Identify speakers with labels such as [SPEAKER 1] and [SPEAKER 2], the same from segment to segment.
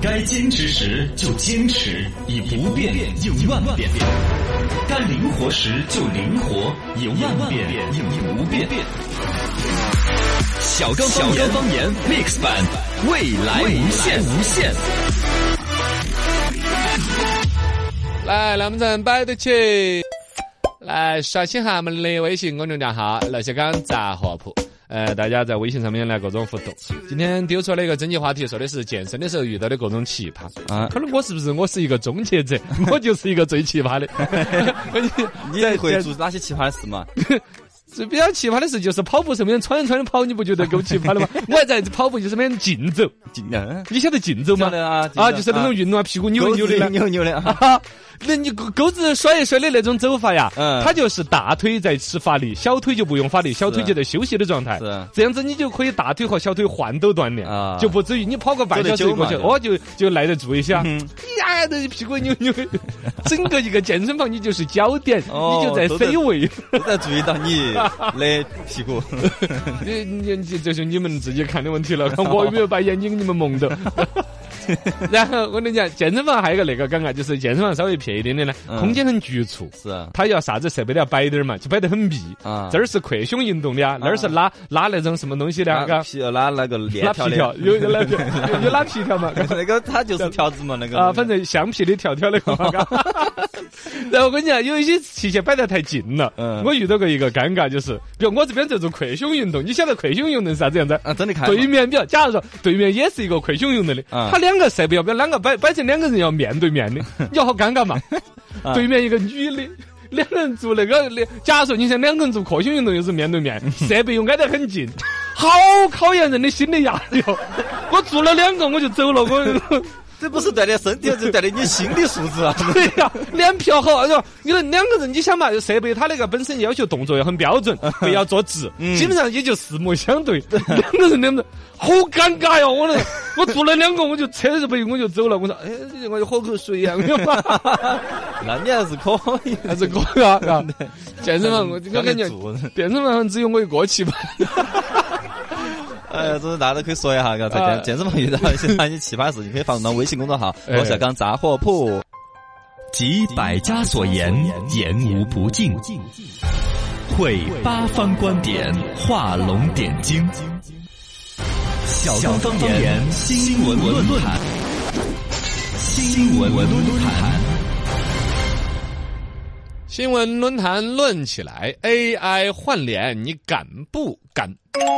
[SPEAKER 1] 该坚持时就坚持，以不变应万变；该灵活时就灵活，以万变应不变。小刚方言方言 mix 版，未来无限无限。
[SPEAKER 2] 来，那么咱摆得起。来刷新下我们的微信公众账号“乐小刚杂货铺”。呃，大家在微信上面来各种互动。今天丢出来一个征集话题，说的是健身的时候遇到的各种奇葩。
[SPEAKER 3] 啊
[SPEAKER 2] 可能我是不是我是一个终结 者？我就是一个最奇葩的。
[SPEAKER 3] 你会做哪些奇葩的事嘛？
[SPEAKER 2] 最比较奇葩的事就是跑步，身边人穿着穿着跑，你不觉得够奇葩的 吗？我还在跑步，就是边人竞走，
[SPEAKER 3] 尽量
[SPEAKER 2] 你晓得竞走吗
[SPEAKER 3] 晓？得啊
[SPEAKER 2] 啊，就是那种运动啊，屁股扭一扭的啦。
[SPEAKER 3] 扭扭的啊，
[SPEAKER 2] 哈，那你钩钩子甩一甩的那种走法呀，
[SPEAKER 3] 嗯
[SPEAKER 2] 它就是大腿在使发力，小腿就不用发力，小腿就在休息的状态。
[SPEAKER 3] 是
[SPEAKER 2] 这样子你就可以大腿和小腿换斗锻炼，
[SPEAKER 3] 啊
[SPEAKER 2] 就不至于你跑个半小时
[SPEAKER 3] 走得久
[SPEAKER 2] 过
[SPEAKER 3] 嘛
[SPEAKER 2] 去，
[SPEAKER 3] 对吧
[SPEAKER 2] 哦，就就耐得住一下。哎
[SPEAKER 3] 嗯
[SPEAKER 2] 呀，那屁股扭扭，整个一个健身房你就是焦点，
[SPEAKER 3] 哦
[SPEAKER 2] 你就在
[SPEAKER 3] 都在
[SPEAKER 2] C 位。
[SPEAKER 3] 都在注意到你的屁 股。
[SPEAKER 2] 你你你，这是你们自己看的问题 了，我有没有把眼睛给你们蒙到？然后我跟你讲，健身房还有一个那个尴尬，就是健身房稍微撇一点点呢，
[SPEAKER 3] 嗯
[SPEAKER 2] 空间很局促。
[SPEAKER 3] 是啊，
[SPEAKER 2] 他要啥子设备都要摆点儿嘛，就摆得很密。
[SPEAKER 3] 啊
[SPEAKER 2] 这儿是扩胸运动的呀，那儿是拉拉那种什么东西的啊，嘎
[SPEAKER 3] 拉皮拉那个链
[SPEAKER 2] 拉
[SPEAKER 3] 条
[SPEAKER 2] 皮
[SPEAKER 3] 的，
[SPEAKER 2] 条，有有拉皮，有有拉皮条嘛。
[SPEAKER 3] 那个它就是条子嘛，那个
[SPEAKER 2] 啊，反正橡皮的条条那个嘛， 嘎然后我跟你讲，有一些器械摆得太近了。
[SPEAKER 3] 嗯
[SPEAKER 2] 我遇到过一个尴尬，就是，比如我这边在做扩胸运动，你晓得扩胸运动是啥子样子？
[SPEAKER 3] 啊，真的看
[SPEAKER 2] 对面，比如假如说对面也是一个扩胸运动的，
[SPEAKER 3] 啊
[SPEAKER 2] 他两个设备要不要两个摆摆成两个人要面对面 的，你要好尴尬嘛。
[SPEAKER 3] 啊
[SPEAKER 2] 对面一个女的， 两个人做那个，那假如说你想两个人做扩胸运动又是面对 面，设备又挨得很近，好考验人的心理压力哦。我做了两个我就走了，我。
[SPEAKER 3] 这不是锻炼身体，这锻炼你心理素 质啊。
[SPEAKER 2] 对哎呀、脸皮要好，哎呦，你说两个人，你想嘛，设备它那个本身要求动作要很标准，不要坐直，基本上也就四目相对，两个人两个人，好尴尬哟！我那我做了两个，我就车子不行，我就走了。我说，哎，我就喝口水呀，我就
[SPEAKER 3] 那你还是可以，
[SPEAKER 2] 还是可以啊，啊健身嗯房我我感觉
[SPEAKER 3] 做。
[SPEAKER 2] 健身房只有我一个去吧。
[SPEAKER 3] 呃，这是大家都可以说一下，嘎，在健健身房遇到一些哪些奇葩的事情，可以发送到微信公众号“
[SPEAKER 2] 呃哎
[SPEAKER 3] 我小刚杂货铺
[SPEAKER 1] 集百家所言，言无不尽；汇八方观点，画龙点睛。小刚方言新闻论坛，新闻论坛。
[SPEAKER 2] 新闻论坛论起来，AI 换脸，你敢不敢？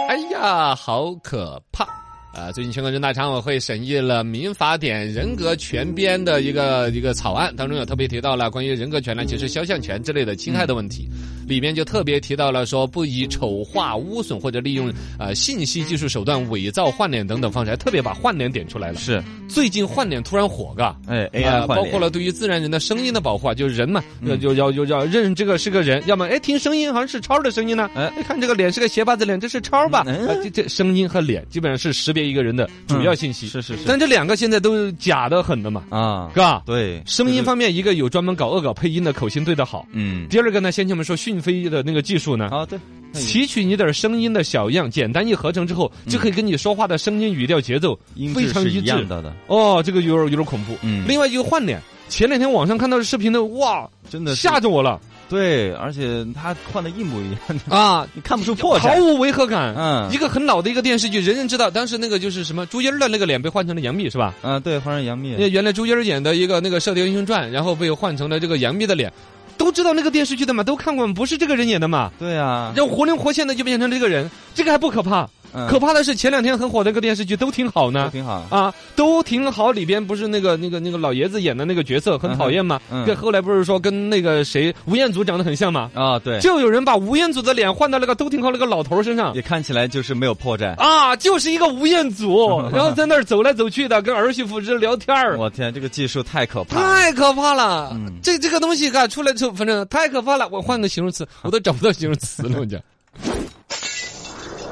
[SPEAKER 2] 哎呀，好可怕！啊，最近全国人大常委会审议了《民法典》人格权编的一个一个草案，当中有特别提到了关于人格权呢，其实肖像权之类的侵害的问题，里面就特别提到了说不以丑化、污损或者利用呃信息技术手段伪造换脸等等方式，还特别把换脸点出来”，了。
[SPEAKER 3] 是，
[SPEAKER 2] 最近换脸突然火，嘎，
[SPEAKER 3] 哎
[SPEAKER 2] 呃
[SPEAKER 3] ，AI 换
[SPEAKER 2] 包
[SPEAKER 3] 脸嗯
[SPEAKER 2] 括，了对于自然人的声音的保护啊，就是人嘛，要就要就要认这个是个人，要么哎听声音好像是超的声音呢，
[SPEAKER 3] 哎
[SPEAKER 2] 哎看这个脸是个斜把子脸，这是超吧？
[SPEAKER 3] 嗯
[SPEAKER 2] 啊这这声音和脸基本上是识别一个人的主要信息，
[SPEAKER 3] 是是是
[SPEAKER 2] 但这两个现在都是假的很的嘛，
[SPEAKER 3] 啊，
[SPEAKER 2] 嘎，
[SPEAKER 3] 对，
[SPEAKER 2] 声音
[SPEAKER 3] 就是
[SPEAKER 2] 方面一个有专门搞恶搞配音的口型对得好，
[SPEAKER 3] 嗯，
[SPEAKER 2] 第二个呢，先前我们说讯飞的那个技术呢，
[SPEAKER 3] 啊对，哎
[SPEAKER 2] 提取你点儿声音的小样，简单一合成之后，就
[SPEAKER 3] 嗯
[SPEAKER 2] 可以跟你说话的声音、语调、节奏
[SPEAKER 3] 音
[SPEAKER 2] 非
[SPEAKER 3] 质
[SPEAKER 2] 常
[SPEAKER 3] 是
[SPEAKER 2] 一
[SPEAKER 3] 一
[SPEAKER 2] 致
[SPEAKER 3] 样的的，
[SPEAKER 2] 哦，这个有点有点恐怖。
[SPEAKER 3] 嗯
[SPEAKER 2] 另外一个换脸，前两天网上看到的视频的，哇，
[SPEAKER 3] 真的是
[SPEAKER 2] 吓着我 了
[SPEAKER 3] 对，而且他换的一模一样，
[SPEAKER 2] 啊！
[SPEAKER 3] 你看不出破
[SPEAKER 2] 毫
[SPEAKER 3] 绽。
[SPEAKER 2] 无违和感。
[SPEAKER 3] 嗯
[SPEAKER 2] 一个很老的一个电视剧，人人知道。当时那个就是什么朱茵儿的那个脸被换成了杨幂，是吧？
[SPEAKER 3] 啊，对，换成杨幂
[SPEAKER 2] 因，为原来朱茵儿演的一个那个《射雕英雄传》，然后被换成了这个杨幂的脸，都知道那个电视剧的嘛，都看过嘛，不是这个人演的嘛。
[SPEAKER 3] 对啊，
[SPEAKER 2] 然后活灵活现的就变成了这个人，这个还不可怕，
[SPEAKER 3] 嗯
[SPEAKER 2] 可怕的是前两天很火的一个电视剧都挺好
[SPEAKER 3] 都
[SPEAKER 2] 呢。
[SPEAKER 3] 挺好。
[SPEAKER 2] 啊，都挺好。里边不是那个那个那个老爷子演的那个角色很讨厌吗？
[SPEAKER 3] 嗯哼嗯
[SPEAKER 2] 跟后来不是说跟那个谁吴彦祖长得很像吗？
[SPEAKER 3] 啊，对，
[SPEAKER 2] 就有人把吴彦祖的脸换到那个都挺好那个老头儿身上
[SPEAKER 3] 也看起来就是没有破绽。
[SPEAKER 2] 啊，就是一个吴彦 祖，然后在那儿走来走去的，跟儿媳妇这聊天儿。
[SPEAKER 3] 我天，这个技术太可怕了。
[SPEAKER 2] 太可怕了！
[SPEAKER 3] 嗯
[SPEAKER 2] 这这个东西嘎出来之后，反正太可怕了。我换个形容词，我都找不到形容词了。我讲，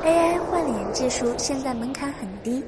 [SPEAKER 4] AI 换脸技术现在门槛很低，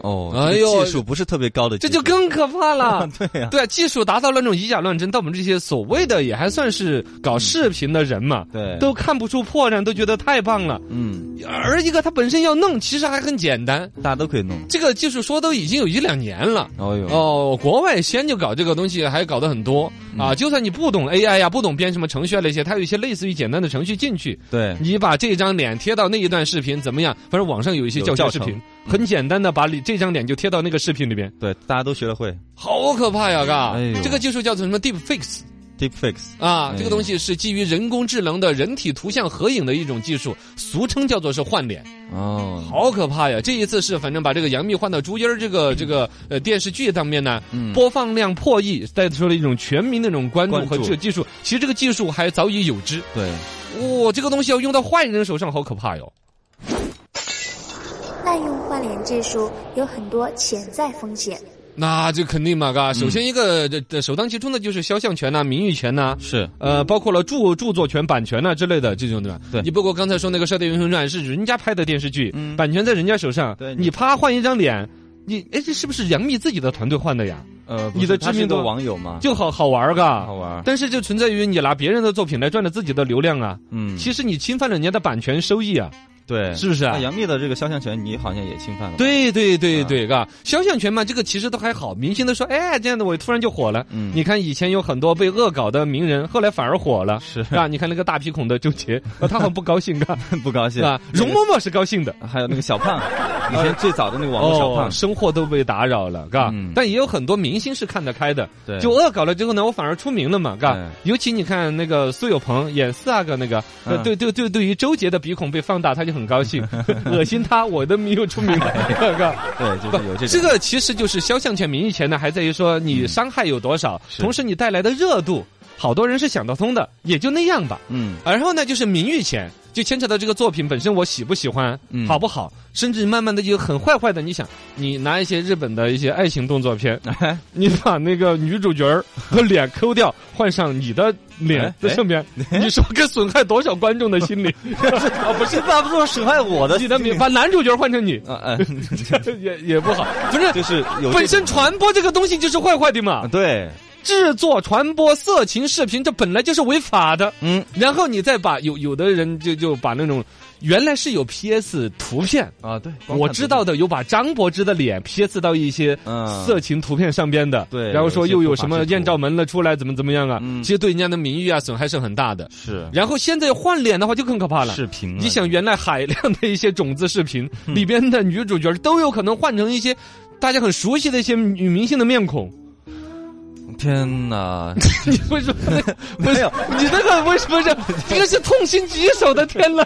[SPEAKER 3] 哦，
[SPEAKER 2] 哎
[SPEAKER 3] 这个
[SPEAKER 2] 呦
[SPEAKER 3] 技术不是特别高的 技
[SPEAKER 2] 这
[SPEAKER 3] 术，。
[SPEAKER 2] 就更可怕了
[SPEAKER 3] 对呀，
[SPEAKER 2] 对，啊技术达到了那种以假乱真，但我们这些所谓的也还算是搞视频的人嘛，
[SPEAKER 3] 嗯对，
[SPEAKER 2] 都看不出破绽，都觉得太棒了。
[SPEAKER 3] 嗯，
[SPEAKER 2] 而一个它本身要弄，其实还很简单。
[SPEAKER 3] 大家都可以弄。
[SPEAKER 2] 这个技术说都已经有一两年了。
[SPEAKER 3] 哦呦，
[SPEAKER 2] 哦，国外先就搞这个东西，还搞得很多
[SPEAKER 3] 嗯
[SPEAKER 2] 啊。就算你不懂 AI 呀、不懂编什么程序啊那些，它有一些类似于简单的程序进去，
[SPEAKER 3] 对，
[SPEAKER 2] 你把这张脸贴到那一段视频怎么样？反正网上有一些
[SPEAKER 3] 有
[SPEAKER 2] 教学
[SPEAKER 3] 教
[SPEAKER 2] 视
[SPEAKER 3] 程
[SPEAKER 2] 频，很简单的把你这张脸就贴到那个视频里边，
[SPEAKER 3] 对，大家都学得会。
[SPEAKER 2] 好可怕呀！嘎
[SPEAKER 3] 哎呦，
[SPEAKER 2] 这个技术叫做什么 Deep Fix
[SPEAKER 3] Deep Fix，
[SPEAKER 2] 啊
[SPEAKER 3] 哎？
[SPEAKER 2] 这个东西是基于人工智能的人体图像合影的一种技术，俗称叫做是换脸，
[SPEAKER 3] 哦，
[SPEAKER 2] 好可怕呀！这一次是反正把这个杨幂换到朱茵儿这个这个呃电视剧上面呢，
[SPEAKER 3] 嗯
[SPEAKER 2] 播放量破亿，带出了一种全民的那种关注
[SPEAKER 3] 关注
[SPEAKER 2] 和这个技术。其实这个技术还早已有之，
[SPEAKER 3] 对，
[SPEAKER 2] 哇、这个东西要用到坏人手上，好可怕哟！
[SPEAKER 3] 嗯
[SPEAKER 4] 滥用换脸技术有很多潜在风险。
[SPEAKER 2] 那这肯定嘛，嘎。首先一个这这首当其冲的就是肖像权呐、名誉权呐、
[SPEAKER 3] 是，
[SPEAKER 2] 呃，包括了著著作权、版权呐、啊之类的这种，对吧？
[SPEAKER 3] 对
[SPEAKER 2] 你包括刚才说那个《射雕英雄传》是人家拍的电视剧，
[SPEAKER 3] 嗯
[SPEAKER 2] 版权在人家手上，
[SPEAKER 3] 对
[SPEAKER 2] 你啪换一张脸，你哎，这是不是杨幂自己的团队换的呀？
[SPEAKER 3] 呃，
[SPEAKER 2] 你的
[SPEAKER 3] 不是他
[SPEAKER 2] 知
[SPEAKER 3] 是
[SPEAKER 2] 名
[SPEAKER 3] 个
[SPEAKER 2] 度
[SPEAKER 3] 网友嘛，
[SPEAKER 2] 就好好玩儿，嘎。
[SPEAKER 3] 好玩儿。
[SPEAKER 2] 但是就存在于你拿别人的作品来赚了自己的流量啊，
[SPEAKER 3] 嗯，
[SPEAKER 2] 其实你侵犯了人家的版权收益啊，
[SPEAKER 3] 对，
[SPEAKER 2] 是不是啊
[SPEAKER 3] 那？杨嗯幂的这个肖像权，你好像也侵犯了。，
[SPEAKER 2] 对对对对，嘎、肖像权嘛，这个其实都还好。明星都说，哎，这样的我突然就火了。
[SPEAKER 3] 嗯
[SPEAKER 2] 你看以前有很多被恶搞的名人，后来反而火了，
[SPEAKER 3] 是
[SPEAKER 2] 啊。你看那个大鼻孔的周杰，啊他很不高兴，嘎，
[SPEAKER 3] 不高兴
[SPEAKER 2] 是吧？容嬷嬷是高兴的。哦
[SPEAKER 3] 还有那个小胖，以前最早的那个网络小胖，
[SPEAKER 2] 生活都被打扰了，嘎、
[SPEAKER 3] 嗯
[SPEAKER 2] 但也有很多明星是看得开的，
[SPEAKER 3] 对
[SPEAKER 2] 就恶搞了之后呢，我反而出名了嘛，嘎
[SPEAKER 3] 嗯。
[SPEAKER 2] 尤其你看那个苏有朋演四阿哥那个，呃
[SPEAKER 3] 嗯
[SPEAKER 2] 对对对，对于周杰的鼻孔被放大，他就很高 兴，恶心他，我都没有出名了，嘎。
[SPEAKER 3] 对，就是有这
[SPEAKER 2] 哎这嗯
[SPEAKER 3] 种。
[SPEAKER 2] 个其实就是肖像权、名誉权呢，还在于说你伤害有多少，
[SPEAKER 3] 是
[SPEAKER 2] 同时你带来的热度，好多人是想得通的，也就那样吧。
[SPEAKER 3] 嗯，
[SPEAKER 2] 然后呢，就是名誉权，就牵扯到这个作品本身，我喜不喜欢，
[SPEAKER 3] 嗯
[SPEAKER 2] 好不好，甚至慢慢的就很坏坏的。你想，你拿一些日本的一些爱情动作片，
[SPEAKER 3] 嗯哎
[SPEAKER 2] 你把那个女主角儿的脸抠掉，换上你的脸
[SPEAKER 3] 哎
[SPEAKER 2] 在上面，你说该损害多少观众的 心理？
[SPEAKER 3] 啊，不是，那不是损害我的
[SPEAKER 2] 你的名 把男主角换成你，
[SPEAKER 3] 啊，呃，
[SPEAKER 2] 也也不好，不是。
[SPEAKER 3] 就是有嗯
[SPEAKER 2] 本身传播这个东西就是坏坏的嘛，
[SPEAKER 3] 对，
[SPEAKER 2] 制作、传播色情视频，这本来就是违法的。
[SPEAKER 3] 嗯，
[SPEAKER 2] 然后你再把有有的人就就把那种原来是有 PS 图片，
[SPEAKER 3] 啊，对，
[SPEAKER 2] 我知道
[SPEAKER 3] 的，
[SPEAKER 2] 的有把张柏芝的脸 PS 到一些
[SPEAKER 3] 嗯
[SPEAKER 2] 色情图片上边的，
[SPEAKER 3] 对
[SPEAKER 2] 然后说又有什
[SPEAKER 3] 有
[SPEAKER 2] 么
[SPEAKER 3] 一些不法之徒
[SPEAKER 2] 艳照门了出来怎么怎么样啊，
[SPEAKER 3] 嗯
[SPEAKER 2] 其实对人家的名誉啊损害是很大的。
[SPEAKER 3] 是
[SPEAKER 2] 然后现在换脸的话就更可怕了，
[SPEAKER 3] 视频啊，
[SPEAKER 2] 你想原来海量的一些种子视频
[SPEAKER 3] 嗯
[SPEAKER 2] 里边的女主角都有可能换成一些大家很熟悉的一些女明星的面 孔，
[SPEAKER 3] 天哪，
[SPEAKER 2] 你为什么不
[SPEAKER 3] 没
[SPEAKER 2] 是
[SPEAKER 3] 有
[SPEAKER 2] 你那个为什么是这个是痛心疾首的天呐，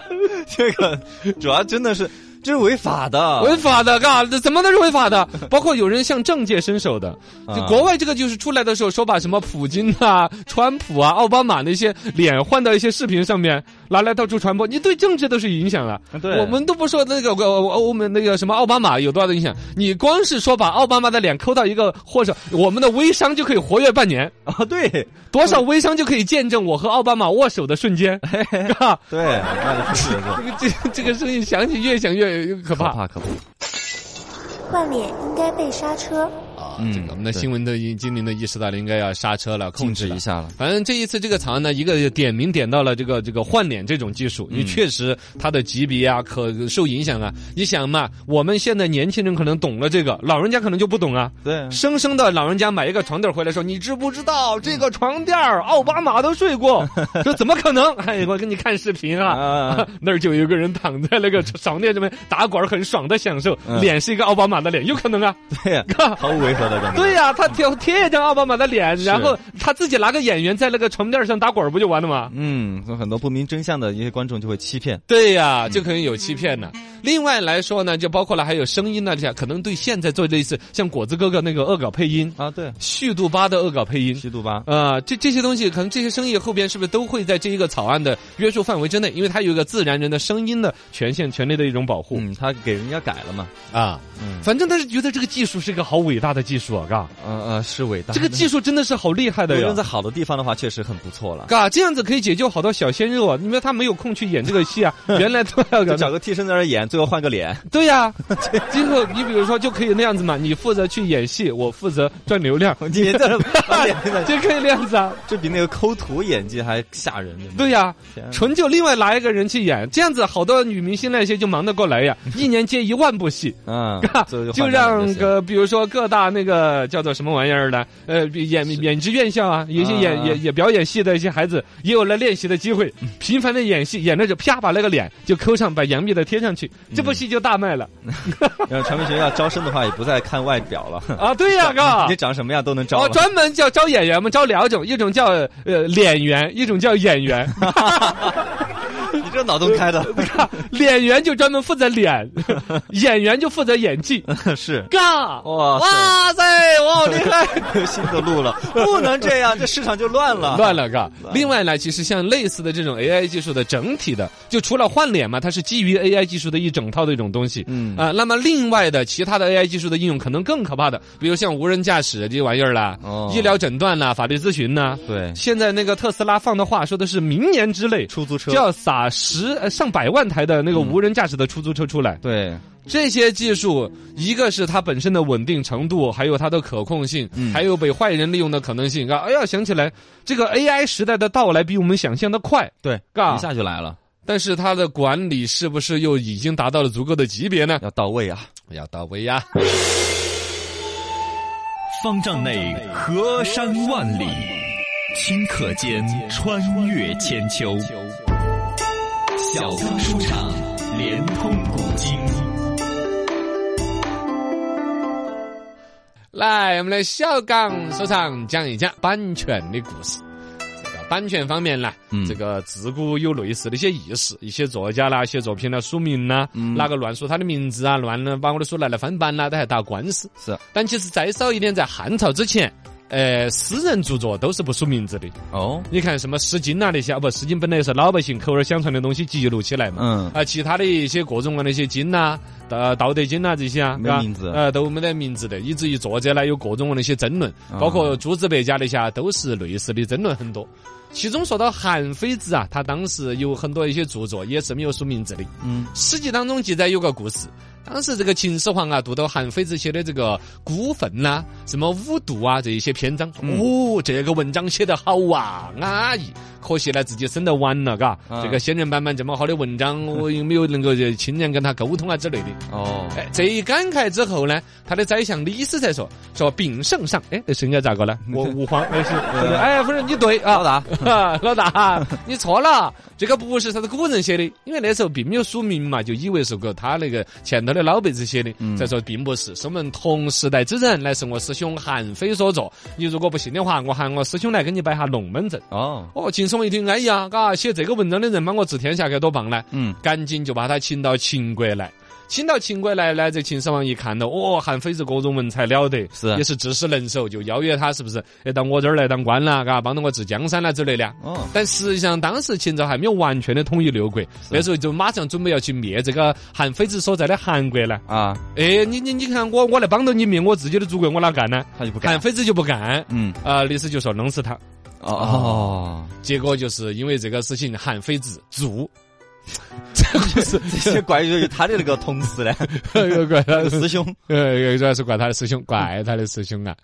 [SPEAKER 3] 这个主要真的是这是违法的，
[SPEAKER 2] 违法的，嘎，这怎么都是违法 的。包括有人向政界伸手的，就
[SPEAKER 3] 啊
[SPEAKER 2] 国外这个就是出来的时候说把什么普京 啊、川普啊、奥巴马那些脸换到一些视频上面，拿来到处传播，你对政治都是影响啊。
[SPEAKER 3] 对
[SPEAKER 2] 我们都不说那个呃我我们那个什么奥巴马有多大的影响，你光是说把奥巴马的脸抠到一个，或者我们的微商就可以活跃半年。
[SPEAKER 3] 啊，对
[SPEAKER 2] 多少微商就可以见证我和奥巴马握手的瞬 间，啊，
[SPEAKER 3] 对，那就不是
[SPEAKER 2] 这个这个这个声音响起，越想越越可
[SPEAKER 3] 可
[SPEAKER 2] 怕
[SPEAKER 3] 怕可怕，
[SPEAKER 4] 换脸应该被刹车。
[SPEAKER 2] 啊！
[SPEAKER 3] 嗯
[SPEAKER 2] 这个我们的
[SPEAKER 3] 对
[SPEAKER 2] 新闻的已精灵的意识到了，应该要刹车了，控
[SPEAKER 3] 控
[SPEAKER 2] 制
[SPEAKER 3] 制
[SPEAKER 2] 了
[SPEAKER 3] 一。下了，
[SPEAKER 2] 反正这一次这个草案呢，一个呃点名点到了这个这个换脸这种技
[SPEAKER 3] 嗯
[SPEAKER 2] 术，因为确实它的级别啊可受影响啊。你想嘛，我们现在年轻人可能懂了这个，老人家可能就不懂啊。
[SPEAKER 3] 对，
[SPEAKER 2] 生生的老人家买一个床垫儿回来说：“你知不知道这个床垫儿奥巴马都睡 过？”说怎么可能？哎，我给你看视频啊，
[SPEAKER 3] 啊
[SPEAKER 2] 那儿就有一个人躺在那个床垫上面打滚儿，很爽的享受，
[SPEAKER 3] 嗯
[SPEAKER 2] 脸是一个奥巴马的脸，有可能啊。
[SPEAKER 3] 对，毫无违和的感觉，
[SPEAKER 2] 对呀、他贴贴一张奥巴马的脸，然后他自己拿个演员在那个床垫上打滚儿，不就完了吗？
[SPEAKER 3] 嗯，所以很多不明真相的一些观众就会欺骗，
[SPEAKER 2] 对呀、就可能有欺骗呢。另外来说呢，就包括了还有声音呢，这样可能对现在做类似像果子哥哥那个恶搞配音，
[SPEAKER 3] 啊，对，哦
[SPEAKER 2] 旭度吧的恶搞配音，
[SPEAKER 3] 吸毒吧，
[SPEAKER 2] 啊、这这些东西可能这些生意后边是不是都会在这一个草案的约束范围之内？因为它有一个自然人的声音的权限、权利的一种保护、
[SPEAKER 3] 嗯嗯，他给人家改了嘛，
[SPEAKER 2] 啊。
[SPEAKER 3] 嗯
[SPEAKER 2] 反正他是觉得这个技术是一个好伟大的技术啊，嘎，
[SPEAKER 3] 嗯嗯，是伟大的。
[SPEAKER 2] 这个技术真的是好厉害的
[SPEAKER 3] 如
[SPEAKER 2] 呀
[SPEAKER 3] 果用。在好的地方的话，确实很不错了。
[SPEAKER 2] 啊嘎，这样子可以解救好多小鲜肉啊！因为他没有空去演这个 戏啊，原来都要
[SPEAKER 3] 就
[SPEAKER 2] 搞
[SPEAKER 3] 找个替身在那儿演，最后换个 脸。
[SPEAKER 2] 对呀、今后你比如说就可以那样子嘛，你负责去演戏，我负责赚流 量，
[SPEAKER 3] 你别在这儿把脸在那儿，
[SPEAKER 2] 就可以那样子啊。
[SPEAKER 3] 这比那个抠图演技还吓人。真的
[SPEAKER 2] 对呀、
[SPEAKER 3] 天啊
[SPEAKER 2] 纯就另外拿一个人去演，这样子好多女明星那些就忙得过 来呀，一年接一万部戏。
[SPEAKER 3] 嗯， 最后
[SPEAKER 2] 就
[SPEAKER 3] 换个
[SPEAKER 2] 让
[SPEAKER 3] 脸就行
[SPEAKER 2] 个，比如说各大那个叫做什么玩意儿的，呃，演演职院校啊，有些演、
[SPEAKER 3] 啊
[SPEAKER 2] 也也表演戏的一些孩子，也有了练习的机会，
[SPEAKER 3] 嗯
[SPEAKER 2] 频繁的演戏，演着就啪把那个脸就抠上，把杨幂的贴上去，这
[SPEAKER 3] 嗯
[SPEAKER 2] 部戏就大卖了、
[SPEAKER 3] 让传媒学校招生的话，也不再看外表了。
[SPEAKER 2] 啊！对呀、哥
[SPEAKER 3] 你，长什么样都能招
[SPEAKER 2] 哦，
[SPEAKER 3] 了。
[SPEAKER 2] 专门叫招演员嘛，招两种，一种叫呃脸员，一种叫演 员。
[SPEAKER 3] 你这脑洞开的
[SPEAKER 2] 脸员就专门负责脸，演员就负责演技。
[SPEAKER 3] 是
[SPEAKER 2] 嘎，
[SPEAKER 3] 哇塞
[SPEAKER 2] 哇塞，我好厉害！
[SPEAKER 3] 有 新的路了，不能这样，这市场就乱 了。
[SPEAKER 2] 乱了嘎
[SPEAKER 3] 乱了。
[SPEAKER 2] 另外呢，其实像类似的这种 AI 技术的整体的，就除了换脸嘛，它是基于 AI 技术的一整套的一种东西。
[SPEAKER 3] 嗯
[SPEAKER 2] 啊、那么另外的其他的 AI 技术的应用可能更可怕的，比如像无人驾驶这些玩意儿啦，
[SPEAKER 3] 哦嗯
[SPEAKER 2] 医疗诊断啦，法律咨询呐。
[SPEAKER 3] 对，
[SPEAKER 2] 现在那个特斯拉放的话说的是明年之内
[SPEAKER 3] 出租车嗯
[SPEAKER 2] 就要撒十呃上百万台的那个无人驾驶的出租车出来。
[SPEAKER 3] 对，
[SPEAKER 2] 这些技术，一个是它本身的稳定程度，还有它的可控性，
[SPEAKER 3] 嗯
[SPEAKER 2] 还有被坏人利用的可能性。嘎，哎呀，想起来这个 AI 时代的到来比我们想象的快，
[SPEAKER 3] 对，
[SPEAKER 2] 嘎
[SPEAKER 3] 一下就来了，
[SPEAKER 2] 但是它的管理是不是又已经达到了足够的级别呢？
[SPEAKER 3] 要到位啊！
[SPEAKER 2] 要到位呀！
[SPEAKER 1] 方丈内河山万里，顷刻间穿越千秋。小刚书场，连通古今。
[SPEAKER 2] 来，我们来小港收场讲一讲版权的故事。这个版权方面呢，
[SPEAKER 3] 嗯
[SPEAKER 2] 这个自古有类似的一些意识，一些作家啦、写作品啦、署名啦，
[SPEAKER 3] 嗯
[SPEAKER 2] 哪个乱说他的名字啊，乱了把我的书拿来翻版啦，都还打官司。
[SPEAKER 3] 是
[SPEAKER 2] 但其实再早一点，在汉朝之前，呃，私人著作都是不署名字的。
[SPEAKER 3] 哦，
[SPEAKER 2] 你看什么《诗经》啊那些，啊不，《诗经》本来是老百姓口耳相传的东西记录起来嘛。
[SPEAKER 3] 嗯，
[SPEAKER 2] 啊，其他的一些各种各样的一些经呐、呃《道德经》呐这些啊，
[SPEAKER 3] 没
[SPEAKER 2] 是吧
[SPEAKER 3] 名字
[SPEAKER 2] 呃，都没得名字的，以至于作者呢有各种各样的一些争论，
[SPEAKER 3] 嗯
[SPEAKER 2] 包括诸子百家那些啊，都是类似的争论很多。其中说到韩非子啊，他当时有很多一些著作也是没有署名字的。
[SPEAKER 3] 嗯，
[SPEAKER 2] 《史记》当中记载有个故事，当时这个秦始皇啊，读到韩非子写的这个《孤愤》呐、什么《五毒》啊这一些篇章，哦，这个文章写得好啊，安逸。可惜呢，自己生得晚了，嘎、
[SPEAKER 3] 嗯
[SPEAKER 2] 这个仙人板板这么好的文章，我又没有能够就亲人跟他沟通啊之类的。
[SPEAKER 3] 哦，
[SPEAKER 2] 哎，这一感慨之后呢，他的宰相李斯才说说禀圣上，哎，这是应该咋个呢？我吾皇，哎是，
[SPEAKER 3] 嗯
[SPEAKER 2] 哎，不是你对啊，
[SPEAKER 3] 老大，
[SPEAKER 2] 啊， 老大，你错了，这个不是啥子古人写的，因为那时候并没有署名嘛，就以为是个他那个前头的老辈子写的。再说并不是，是我们同时代之人，乃是我师兄韩非所作。你如果不信的话，我喊我师兄来给你摆下龙门阵。
[SPEAKER 3] 哦，
[SPEAKER 2] 哦，秦始皇一听，哎呀，嘎，写这个文章的人帮我治天下该多棒呢！
[SPEAKER 3] 嗯，
[SPEAKER 2] 赶紧就把他请到秦国来。请到秦国来呢，这秦始皇一看到，哦，韩非子各种文采了得，
[SPEAKER 3] 是
[SPEAKER 2] 也是知识能手，就邀约他，是不是？哎，到我这儿来当官啦，嘎，帮到我治江山啦之类的啊。
[SPEAKER 3] 哦，
[SPEAKER 2] 但实际上，当时秦朝还没有完全的统一六国，那时候就马上准备要去灭这个韩非子所在的韩国呢。
[SPEAKER 3] 啊，
[SPEAKER 2] 哎，你你你看我我来帮到你灭我自己的祖国，我哪干呢？
[SPEAKER 3] 他就不
[SPEAKER 2] 韩
[SPEAKER 3] 敢，
[SPEAKER 2] 非子就不干，
[SPEAKER 3] 哎嗯，
[SPEAKER 2] 啊，李斯就说弄死他。
[SPEAKER 3] 哦哦，
[SPEAKER 2] 结果就是因为这个事情，韩非子 卒，
[SPEAKER 3] 这些关于他的那个同事 呢，
[SPEAKER 2] 怪他
[SPEAKER 3] 这个师兄，
[SPEAKER 2] 呃，主要是怪他的师兄，怪他的师兄啊。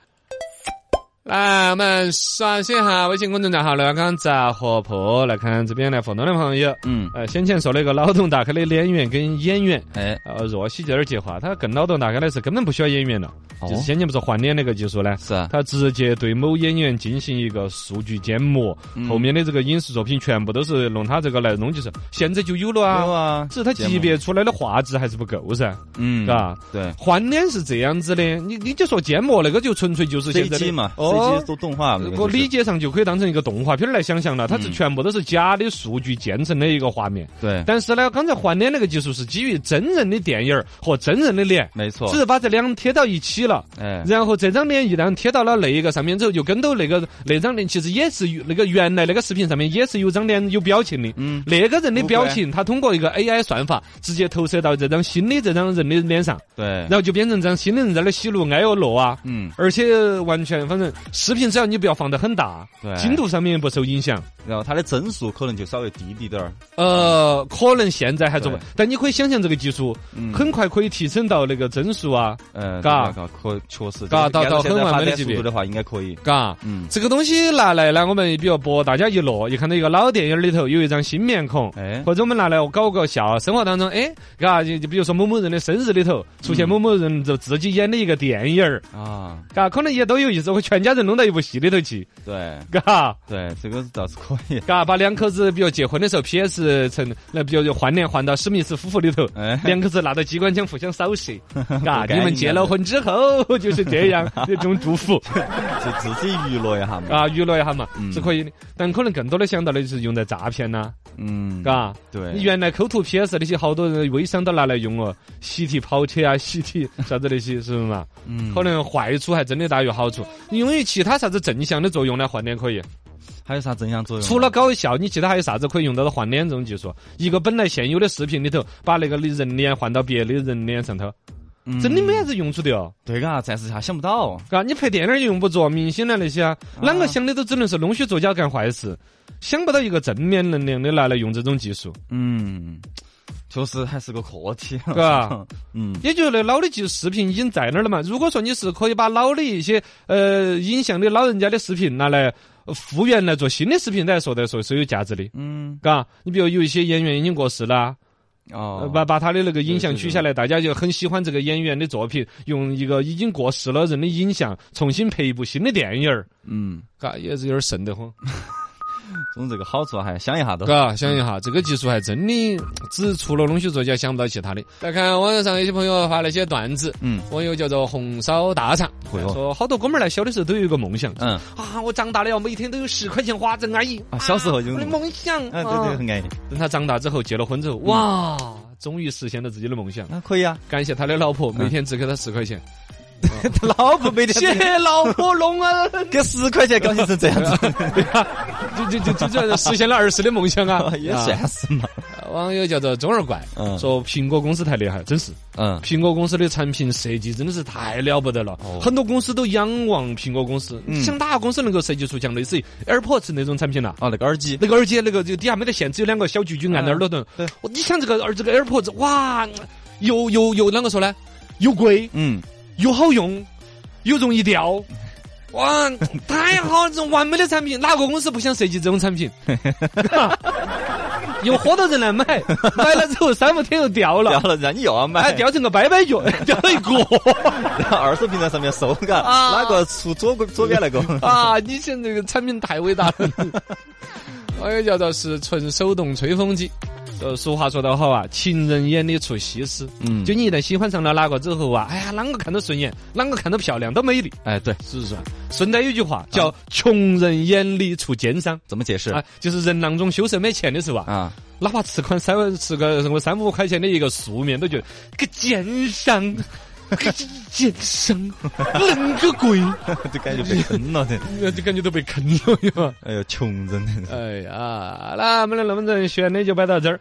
[SPEAKER 2] 来，我们刷新一下微信公众账号“刘刚杂货铺”，来看这边来互动的朋友。
[SPEAKER 3] 嗯，
[SPEAKER 2] 呃，先前说了一个脑洞大开的演员跟演员，
[SPEAKER 3] 哎，
[SPEAKER 2] 呃，若曦这儿接话，他更脑洞大开的是根本不需要演员了，
[SPEAKER 3] 哦
[SPEAKER 2] 就是先前不是换脸那个技术呢？
[SPEAKER 3] 是啊，
[SPEAKER 2] 他直接对某演员进行一个数据建模，
[SPEAKER 3] 嗯
[SPEAKER 2] 后面的这个影视作品全部都是弄他这个来弄，就是现在就有了
[SPEAKER 3] 有
[SPEAKER 2] 啊。
[SPEAKER 3] 啊，
[SPEAKER 2] 只是他
[SPEAKER 3] 节目
[SPEAKER 2] 级别出来的画质还是不够噻，
[SPEAKER 3] 嗯，
[SPEAKER 2] 嘎、
[SPEAKER 3] 对，
[SPEAKER 2] 换脸是这样子的，你你就说建模那个就纯粹就是
[SPEAKER 3] 这一
[SPEAKER 2] 现在
[SPEAKER 3] 期
[SPEAKER 2] 的哦
[SPEAKER 3] 嘛，飞机做动画，
[SPEAKER 2] 我理解上就可以当成一个动画片儿来想象了，它这
[SPEAKER 3] 嗯
[SPEAKER 2] 全部都是假的数据建成的一个画面。
[SPEAKER 3] 对，
[SPEAKER 2] 但是呢，刚才换脸那个技术是基于真人的电影儿和真人的脸，
[SPEAKER 3] 没错
[SPEAKER 2] 只，是把这两贴到一起了。
[SPEAKER 3] 哎，
[SPEAKER 2] 然后这张脸一旦贴到了那一个上面之后，就跟到那个那张脸，其实也是有那个原来那个视频上面也是有张脸有表情的。
[SPEAKER 3] 嗯，
[SPEAKER 2] 那个人的表情，他通过一个 AI 算法直接投射到这张新的这张人的脸上，
[SPEAKER 3] 对
[SPEAKER 2] 然，后就变成这张新的人在那儿喜怒哀乐乐啊。
[SPEAKER 3] 嗯，
[SPEAKER 2] 而且完全，反正视频只要你不要放得很大
[SPEAKER 3] 对，
[SPEAKER 2] 精度上面也不受影响。
[SPEAKER 3] 然后它的帧数可能就稍微低低点儿，
[SPEAKER 2] 呃，可能现在还做不
[SPEAKER 3] 对，
[SPEAKER 2] 但你可以想象这个技术
[SPEAKER 3] 嗯，
[SPEAKER 2] 很快可以提升到那个帧数啊，
[SPEAKER 3] 呃，
[SPEAKER 2] 嘎
[SPEAKER 3] 嘎，可确实，
[SPEAKER 2] 嘎
[SPEAKER 3] 这个
[SPEAKER 2] 到到
[SPEAKER 3] 按现在
[SPEAKER 2] 很完
[SPEAKER 3] 发
[SPEAKER 2] 美的
[SPEAKER 3] 展
[SPEAKER 2] 级
[SPEAKER 3] 速
[SPEAKER 2] 别
[SPEAKER 3] 度的话，应该可以，
[SPEAKER 2] 嘎。
[SPEAKER 3] 嗯，
[SPEAKER 2] 这个东西拿来呢，我们比如博大家一乐，一看到一个老电影里头有一张新面孔，
[SPEAKER 3] 哎，
[SPEAKER 2] 或者我们拿来搞个笑，生活当中，哎，嘎，就就比如说某某人的生日里头出现某某人就自己演的一个电影儿，
[SPEAKER 3] 啊，
[SPEAKER 2] 嘎，可能也都有意思，我全家人弄到一部戏里头去，
[SPEAKER 3] 对
[SPEAKER 2] 嘎。
[SPEAKER 3] 对，这个倒是可以，
[SPEAKER 2] 嘎，把两口子，比如结婚的时候，PS 成，那比如就换脸换到史密斯夫妇里头，
[SPEAKER 3] 哎，
[SPEAKER 2] 两口子拿着机关枪互相扫射，嘎，
[SPEAKER 3] 不该
[SPEAKER 2] 你们
[SPEAKER 3] 你
[SPEAKER 2] 结
[SPEAKER 3] 啊
[SPEAKER 2] 了婚之后就是这 样这种祝福。
[SPEAKER 3] 就自己娱乐一下嘛，
[SPEAKER 2] 啊，娱乐一下嘛，
[SPEAKER 3] 嗯
[SPEAKER 2] 是可以的。但可能更多的想到的就是用在诈骗呐、
[SPEAKER 3] 嗯，
[SPEAKER 2] 嘎、
[SPEAKER 3] 对，
[SPEAKER 2] 你原来抠图 PS 那些好多人微商都拿来用哦，喜提跑车啊，喜提啥子那些，是不是嘛？
[SPEAKER 3] 嗯
[SPEAKER 2] 可能坏处还真的大于好处。你用于其他啥子正向的作用呢？换脸可以，
[SPEAKER 3] 还有啥正向作用？
[SPEAKER 2] 除了搞笑，你其他还有啥子可以用到的换脸这种技术？一个本来现有的视频里头，把那个人脸换到别的人脸上头，
[SPEAKER 3] 嗯
[SPEAKER 2] 真的没啥子用处的哦。
[SPEAKER 3] 对嘎，暂时还想不到。
[SPEAKER 2] 嘎，啊你拍电影儿也用不着明星啊那些啊，啷个想的都只能是弄虚作假干坏事，想不到一个正面能量的拿来用这种技 术，
[SPEAKER 3] 嗯，确实还是个课题，
[SPEAKER 2] 嘎。
[SPEAKER 3] 嗯，
[SPEAKER 2] 也就是那老的技术视频已经在那儿了嘛。如果说你是可以把老的一些呃影像的老人家的视频拿来呃复原来做新的视频来说来说是有价值的。
[SPEAKER 3] 嗯，
[SPEAKER 2] 嘎，你比如有一些演员已经过世啦，呃
[SPEAKER 3] 哦，
[SPEAKER 2] 把把他的那个影像
[SPEAKER 3] 对
[SPEAKER 2] 取下来，大家就很喜欢这个演员的作品，用一个已经过世了人的影像重新拍一部新的电影儿，
[SPEAKER 3] 嗯，
[SPEAKER 2] 嘎，也是有点瘆得慌。
[SPEAKER 3] 总之这个好处还想一下都，
[SPEAKER 2] 嘎，想一下，这个技术还真的只除了弄虚作假，想不到其他的。再看网上有些朋友发那些段子，
[SPEAKER 3] 嗯
[SPEAKER 2] 网友叫做红烧大肠，
[SPEAKER 3] 会哦
[SPEAKER 2] 说好多哥们儿来小的时候都有一个梦想。
[SPEAKER 3] 嗯，
[SPEAKER 2] 啊！我长大了要每天都有十块钱花，真安逸。
[SPEAKER 3] 啊小时候就
[SPEAKER 2] 啊我的梦想。
[SPEAKER 3] 啊，对对，很安逸，
[SPEAKER 2] 等他长大之后，结了婚之后，哇，终于实现了自己的梦想。
[SPEAKER 3] 那可 以啊，
[SPEAKER 2] 感谢他的老婆，每天只给他十块钱。
[SPEAKER 3] 他老婆 没得
[SPEAKER 2] 谢老婆弄啊！
[SPEAKER 3] 给十块钱高兴成这样子，！
[SPEAKER 2] 对啊， 就就就就实现了儿时的梦想 啊
[SPEAKER 3] 也
[SPEAKER 2] 啊
[SPEAKER 3] 算是嘛，
[SPEAKER 2] 网友叫做中二怪，
[SPEAKER 3] 嗯
[SPEAKER 2] 说苹果公司太厉害，真是
[SPEAKER 3] 嗯，
[SPEAKER 2] 苹果公司的产品设计真的是太了不得了，
[SPEAKER 3] 哦
[SPEAKER 2] 很多公司都仰望苹果公司。
[SPEAKER 3] 嗯
[SPEAKER 2] 想哪个公司能够设计出像类似于 AirPods 那种产品呐、啊
[SPEAKER 3] 哦，那个耳机，
[SPEAKER 2] 那个耳机，那个就底下没得线，只有两个小锯锯按在耳朵头
[SPEAKER 3] 嗯对。
[SPEAKER 2] 我哦你想这个耳这个 AirPods，哇，又又又啷个说呢？又贵
[SPEAKER 3] 嗯，
[SPEAKER 2] 又好用，又容易掉。 哇，太好，这完美的产品，哪个公司不想设计这种产 品？有好多人来买，买了之后三五天又掉了
[SPEAKER 3] 掉，哎了，然后你又要
[SPEAKER 2] 还
[SPEAKER 3] 买，
[SPEAKER 2] 掉哎成个掰掰 药，掉了一个
[SPEAKER 3] 然后二手平台上面搜，嘎，
[SPEAKER 2] 啊
[SPEAKER 3] 哪个出左左边那个，
[SPEAKER 2] 啊！你现在这个产品太伟大 了。我也叫做是纯手动吹风机。呃，俗话说得好啊，情人眼里出西施。
[SPEAKER 3] 嗯
[SPEAKER 2] 就，你一旦喜欢上了哪个之后啊，哎呀，啷个看都顺眼，啷个看都漂亮，都美丽，
[SPEAKER 3] 哎，对，
[SPEAKER 2] 是不是？顺带有句话叫“穷人眼里出奸商
[SPEAKER 3] 怎么解”，释
[SPEAKER 2] 啊，就是人囊中羞涩没钱的时候啊，
[SPEAKER 3] 啊？
[SPEAKER 2] 哪怕吃款三吃个什么三五块钱的一个素面，都觉得个奸 商，个奸商，恁个贵。
[SPEAKER 3] 就感觉 被坑了的，
[SPEAKER 2] 那就感觉都被坑了呀！
[SPEAKER 3] 哎呦，穷人。
[SPEAKER 2] 哎呀，那我们的龙门阵选的就摆到这儿。